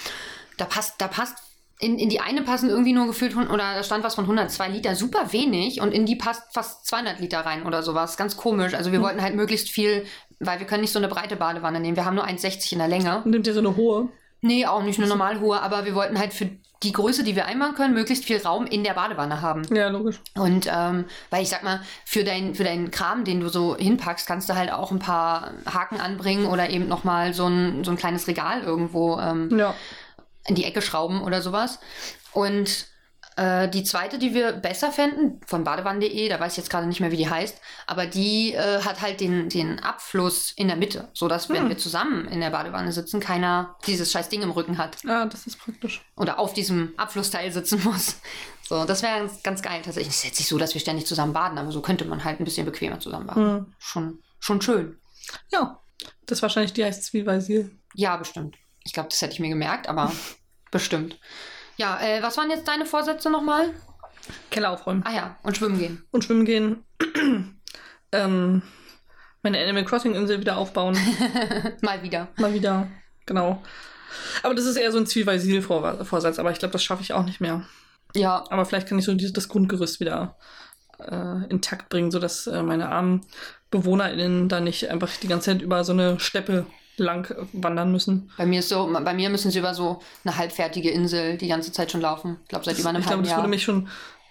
Da passt, da passt, in, in die eine passen irgendwie nur gefühlt, hun- oder da stand was von 102 Liter, super wenig. Und in die passt fast 200 Liter rein oder sowas. Ganz komisch. Also wir wollten halt möglichst viel, weil wir können nicht so eine breite Badewanne nehmen. Wir haben nur 1,60 in der Länge. Und nimmt ihr so eine hohe. Nee, auch nicht nur normal hohe, aber wir wollten halt für die Größe, die wir einbauen können, möglichst viel Raum in der Badewanne haben. Ja, logisch. Und ähm, weil ich sag mal, für, dein, für deinen Kram, den du so hinpackst, kannst du halt auch ein paar Haken anbringen oder eben nochmal so ein, so ein kleines Regal irgendwo ähm, Ja. in die Ecke schrauben oder sowas. Und äh, die zweite, die wir besser fänden, von badewann.de, da weiß ich jetzt gerade nicht mehr, wie die heißt, aber die äh, hat halt den, den Abfluss in der Mitte, sodass, wenn wir zusammen in der Badewanne sitzen, keiner dieses scheiß Ding im Rücken hat Ah, das ist praktisch. oder auf diesem Abflussteil sitzen muss. So, das wäre ganz, ganz geil tatsächlich. Es ist jetzt nicht so, dass wir ständig zusammen baden, aber so könnte man halt ein bisschen bequemer zusammen baden. Hm. Schon, schon schön. Ja. Das wahrscheinlich die heißt Zyvasil. Ja, bestimmt. Ich glaube, das hätte ich mir gemerkt, aber bestimmt. Ja, äh, was waren jetzt deine Vorsätze nochmal? Keller aufräumen. Ah ja, und schwimmen gehen. und schwimmen gehen. ähm, meine Animal Crossing Insel wieder aufbauen. Mal wieder. Mal wieder. Genau. Aber das ist eher so ein Zwieweisil-Vorsatz, aber ich glaube, das schaffe ich auch nicht mehr. Ja, Aber vielleicht kann ich so dieses, das Grundgerüst wieder äh, intakt bringen, sodass äh, meine armen BewohnerInnen da nicht einfach die ganze Zeit über so eine Steppe lang äh, wandern müssen. bei mir ist so, bei mir müssen sie über so eine halbfertige Insel die ganze Zeit schon laufen. Ich glaube, seit über einem ich glaube, halben das Jahr. würde mich schon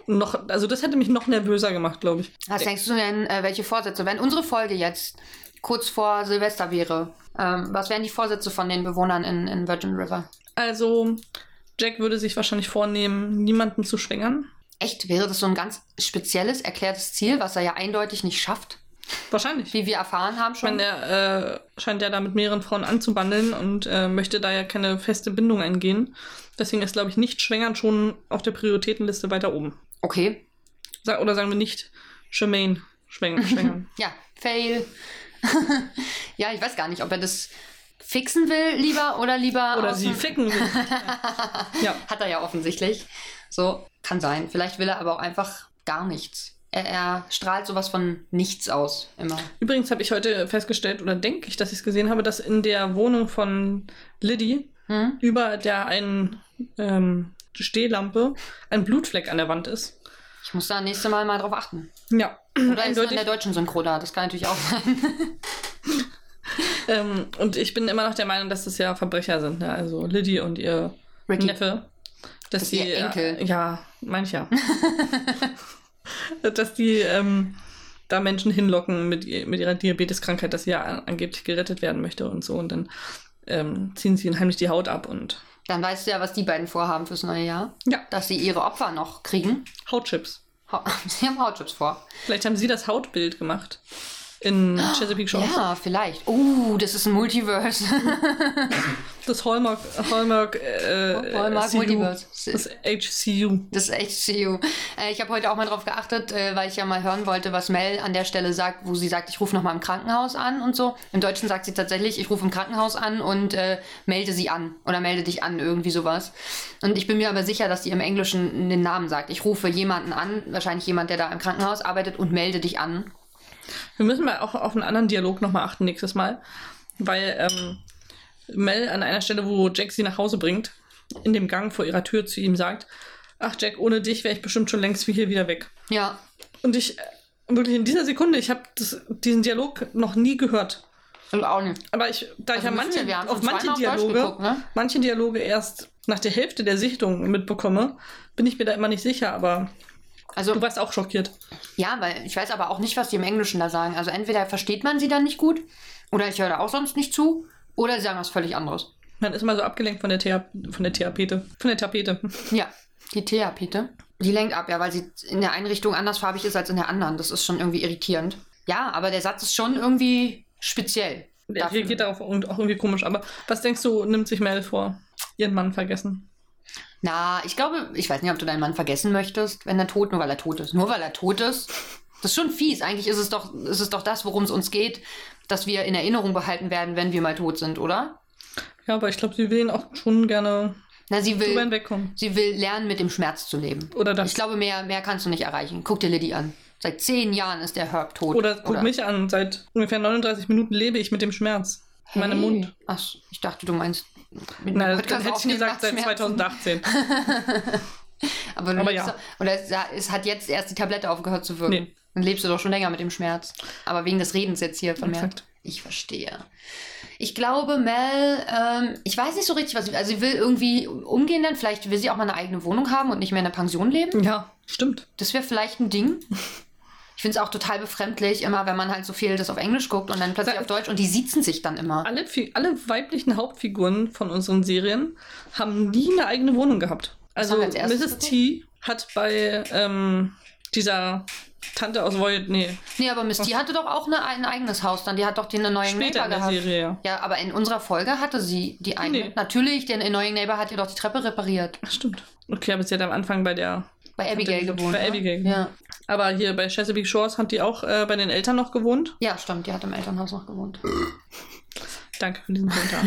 noch, also das hätte mich noch nervöser gemacht, glaube ich. Was denkst du denn, äh, welche Vorsätze? Wenn unsere Folge jetzt kurz vor Silvester wäre, ähm, was wären die Vorsätze von den Bewohnern in, in Virgin River? Also, Jack würde sich wahrscheinlich vornehmen, niemanden zu schwängern. Echt, wäre das so ein ganz spezielles, erklärtes Ziel, was er ja eindeutig nicht schafft, Wahrscheinlich. wie wir erfahren haben Ich schon? meine, er äh, scheint ja da mit mehreren Frauen anzubandeln und äh, möchte da ja keine feste Bindung eingehen. Deswegen ist, glaube ich, nicht schwängern schon auf der Prioritätenliste weiter oben. Okay, Sa oder sagen wir nicht Shemaine schwängern. schwängern. ja, fail. ja, ich weiß gar nicht, ob er das fixen will lieber oder lieber... oder aus sie dem- ficken. ja, Hat er ja offensichtlich. So, kann sein. Vielleicht will er aber auch einfach gar nichts. Er, er strahlt sowas von nichts aus, immer. übrigens habe ich heute festgestellt, oder denke ich, dass ich es gesehen habe, dass in der Wohnung von Liddy Hm? über der einen ähm, Stehlampe ein Blutfleck an der Wand ist. Ich muss da nächste Mal mal drauf achten. Ja, Oder also ist nur in der deutschen Synchro da? Das kann natürlich auch sein. Ähm, und ich bin immer noch der Meinung, dass das ja Verbrecher sind. Ne? Also Liddy und ihr Ricky. Neffe. Dass Dass die, äh, ihr Enkel. Ja, mancher. dass die ähm, da Menschen hinlocken mit, ihr- mit ihrer Diabeteskrankheit, dass sie ja an- angeblich gerettet werden möchte und so. Und dann ähm, ziehen sie ihnen heimlich die Haut ab und Dann weißt du ja, was die beiden vorhaben fürs neue Jahr. ja, Dass sie ihre Opfer noch kriegen. Hautchips. Ha- Sie haben Hautchips vor. Vielleicht haben sie das Hautbild gemacht in Chesapeake Shores. Ja, vielleicht. Oh, das ist ein Multiverse. Das Hallmark, Hallmark, äh, Hallmark CU. Multiverse. Das HCU. Das ist echt CU. Äh, ich habe heute auch mal drauf geachtet, äh, weil ich ja mal hören wollte, was Mel an der Stelle sagt, wo sie sagt, ich rufe nochmal im Krankenhaus an und so. Im Deutschen sagt sie tatsächlich, ich rufe im Krankenhaus an und äh, melde sie an oder melde dich an, irgendwie sowas. Und ich bin mir aber sicher, dass die im Englischen den Namen sagt. Ich rufe jemanden an, wahrscheinlich jemand, der da im Krankenhaus arbeitet und melde dich an. Wir müssen mal auch auf einen anderen Dialog nochmal achten nächstes Mal, weil ähm, Mel an einer Stelle, wo Jack sie nach Hause bringt, in dem Gang vor ihrer Tür zu ihm sagt, ach Jack, ohne dich wäre ich bestimmt schon längst hier wieder weg. Ja, Und ich, äh, wirklich in dieser Sekunde, ich habe diesen Dialog noch nie gehört. und auch nicht. Aber ich, da Also ich ja Also müssen manche, wir- wir haben auf schon manche zweimal auf Deutsch Dialoge, geguckt, ne? manche Dialoge erst nach der Hälfte der Sichtung mitbekomme, bin ich mir da immer nicht sicher, aber Also, du warst auch schockiert. Ja, weil ich weiß aber auch nicht, was die im Englischen da sagen. Also entweder versteht man sie dann nicht gut oder ich höre da auch sonst nicht zu oder sie sagen was völlig anderes. Man ist mal so abgelenkt von der, Thea von der Tapete. Von der Tapete. Ja, die Thea-Pete, die lenkt ab, ja, weil sie in der einen Richtung andersfarbig ist als in der anderen. Das ist schon irgendwie irritierend. Ja, aber der Satz ist schon irgendwie speziell. Der Dafür- reagiert darauf und auch irgendwie komisch. Aber was denkst du, nimmt sich Mel vor? Ihren Mann vergessen. Na, ich glaube, ich weiß nicht, ob du deinen Mann vergessen möchtest, wenn er tot, nur weil er tot ist. Nur weil er tot ist. Das ist schon fies. Eigentlich ist es doch, ist es doch das, worum es uns geht, dass wir in Erinnerung behalten werden, wenn wir mal tot sind, oder? Ja, aber ich glaube, sie will ihn auch schon gerne Na, sie will. drüber hinwegkommen. Sie will lernen, mit dem Schmerz zu leben. Oder das. Ich glaube, mehr, mehr kannst du nicht erreichen. Guck dir Liddy an. Seit zehn Jahren ist der Herb tot. oder guck mich an, seit ungefähr 39 Minuten lebe ich mit dem Schmerz. In meinem Hey. Mund. Ach, so, ich dachte, du meinst. Mit Na, dann einem Podcast hätte ich aufnehmen gesagt, nach seit 2018. Schmerzen. Aber, du Aber lebst ja. doch- Oder es, es hat jetzt erst die Tablette aufgehört zu wirken. Nee. Dann lebst du doch schon länger mit dem Schmerz. Aber wegen des Redens jetzt hier von mir. Exakt. Ich verstehe. Ich glaube, Mel, ähm, ich weiß nicht so richtig, was sie Also, sie will irgendwie umgehen dann. Vielleicht will sie auch mal eine eigene Wohnung haben und nicht mehr in einer Pension leben. ja, stimmt. Das wäre vielleicht ein Ding. Ich finde es auch total befremdlich, immer wenn man halt so viel das auf Englisch guckt und dann plötzlich Sag- auf Deutsch und die siezen sich dann immer. Alle, Fi- alle weiblichen Hauptfiguren von unseren Serien haben nie eine eigene Wohnung gehabt. Also haben wir als erstes Mrs. geguckt? T hat bei ähm, dieser Tante aus Voyage, nee, Nee, aber Miss, die hatte doch auch eine, ein eigenes Haus dann. Die hat doch den neuen später Neighbor in der gehabt. Serie, ja. Ja, aber in unserer Folge hatte sie die eine. Nee. Natürlich, den neuen Neighbor hat ihr doch die Treppe repariert. Ach, stimmt. Okay, aber sie hat am Anfang bei der. Bei Abigail die- gewohnt. bei ne? Abigail, genau. Ja. Aber hier bei Chesapeake Shores hat die auch äh, bei den Eltern noch gewohnt. ja, stimmt, die hat im Elternhaus noch gewohnt. Danke für diesen Kommentar.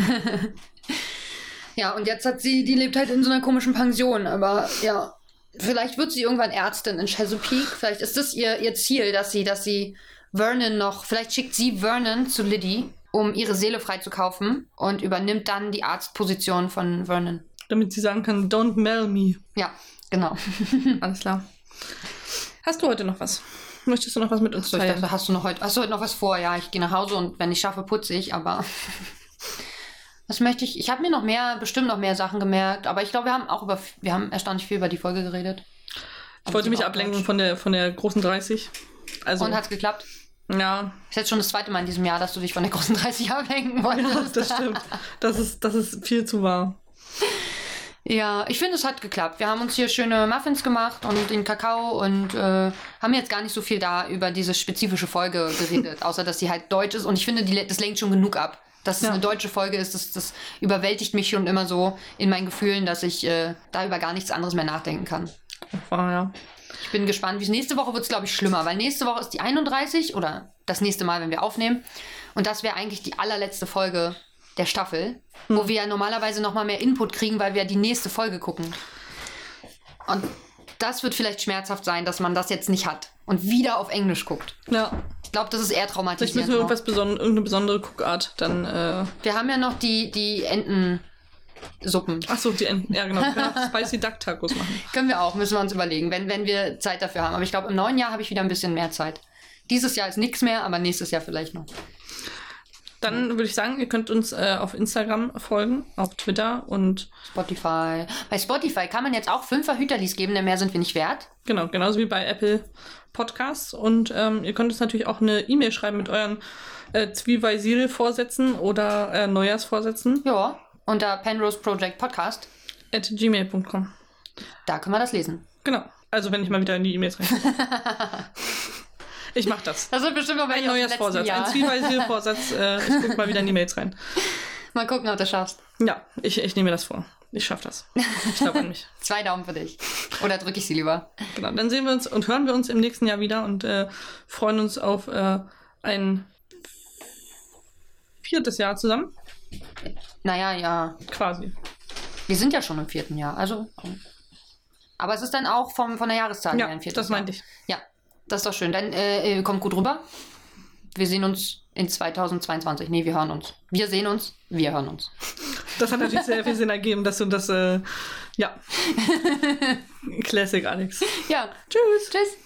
Ja, und jetzt hat sie, die lebt halt in so einer komischen Pension, aber ja, vielleicht wird sie irgendwann Ärztin in Chesapeake. Vielleicht ist das ihr, ihr Ziel, dass sie, dass sie Vernon noch, vielleicht schickt sie Vernon zu Liddy, um ihre Seele freizukaufen und übernimmt dann die Arztposition von Vernon. Damit sie sagen kann, don't mail me. Ja, genau. Alles klar. Hast du heute noch was? Möchtest du noch was mit uns So, ich teilen? dachte, hast du noch heute, hast du heute noch was vor? Ja, ich gehe nach Hause und wenn ich schaffe, putze ich, aber. Was möchte ich? Ich habe mir noch mehr, bestimmt noch mehr Sachen gemerkt, aber ich glaube, wir haben auch über, wir haben erstaunlich viel über die Folge geredet. Ich wollte mich Aber ablenken von der, von der großen 30. Also, Und hat's geklappt? ja, Ist jetzt schon das zweite Mal in diesem Jahr, dass du dich von der großen 30 ablenken wolltest. das stimmt. Das ist, das ist viel zu wahr. Ja, ich finde, es hat geklappt. Wir haben uns hier schöne Muffins gemacht und den Kakao und äh, haben jetzt gar nicht so viel da über diese spezifische Folge geredet, außer dass die halt deutsch ist. Und ich finde, die, le- das lenkt schon genug ab. Dass es Ja. eine deutsche Folge ist, das, das überwältigt mich schon immer so in meinen Gefühlen, dass ich äh, da über gar nichts anderes mehr nachdenken kann. War ja. Ich bin gespannt, wie es nächste Woche wird es, glaube ich, schlimmer, weil nächste Woche ist die 31 oder das nächste Mal, wenn wir aufnehmen. Und das wäre eigentlich die allerletzte Folge der Staffel, Hm. wo wir ja normalerweise nochmal mehr Input kriegen, weil wir ja die nächste Folge gucken. Und das wird vielleicht schmerzhaft sein, dass man das jetzt nicht hat und wieder auf Englisch guckt. Ja, Ich glaube, das ist eher vielleicht müssen traumatisierend. wir noch. irgendwas beson irgendeine besondere Guckart dann. Äh, Wir haben ja noch die, die Enten. Suppen. Achso, die Enten. Ja, genau. Wir können auch Spicy Duck Tacos machen. Können wir auch, müssen wir uns überlegen, wenn, wenn wir Zeit dafür haben. Aber ich glaube, im neuen Jahr habe ich wieder ein bisschen mehr Zeit. Dieses Jahr ist nichts mehr, aber nächstes Jahr vielleicht noch. Dann würde ich sagen, ihr könnt uns äh, auf Instagram folgen, auf Twitter und Spotify. Bei Spotify kann man jetzt auch fünf Verhüterlis geben, denn mehr sind wir nicht wert. genau, genauso wie bei Apple Podcasts. Und ähm, ihr könnt uns natürlich auch eine E-Mail schreiben mit euren äh, Zwiebel-Vorsätzen oder äh, Neujahrsvorsätzen Ja, unter Penrose Project Podcast. at gmail.com. Da können wir das lesen. Genau. Also wenn ich mal wieder in die E-Mails reinkomme. ich mach das. Das wird bestimmt aber Ein neues Vorsatz, ein Jahr. Zwiebel-Vorsatz. Äh, ich guck mal wieder in die Mails rein. Mal gucken, ob du das schaffst. Ja, ich, ich nehme mir das vor. Ich schaffe das. Ich glaube an mich. Zwei Daumen für dich. Oder drücke ich sie lieber? Genau, dann sehen wir uns und hören wir uns im nächsten Jahr wieder und äh, freuen uns auf äh, ein viertes Jahr zusammen, Naja, ja. quasi. Wir sind ja schon im vierten Jahr, also. Aber es ist dann auch vom, von der Jahreszahl Ja, her ein viertes das meinte Jahr. ich. Ja, das ist doch schön. Dann äh, äh, kommt gut rüber. Wir sehen uns in 2022. Nee, wir hören uns. Wir sehen uns, wir hören uns. Das hat natürlich sehr viel Sinn ergeben, dass du das, äh, ja. Classic, Alex. Ja, Tschüss. tschüss.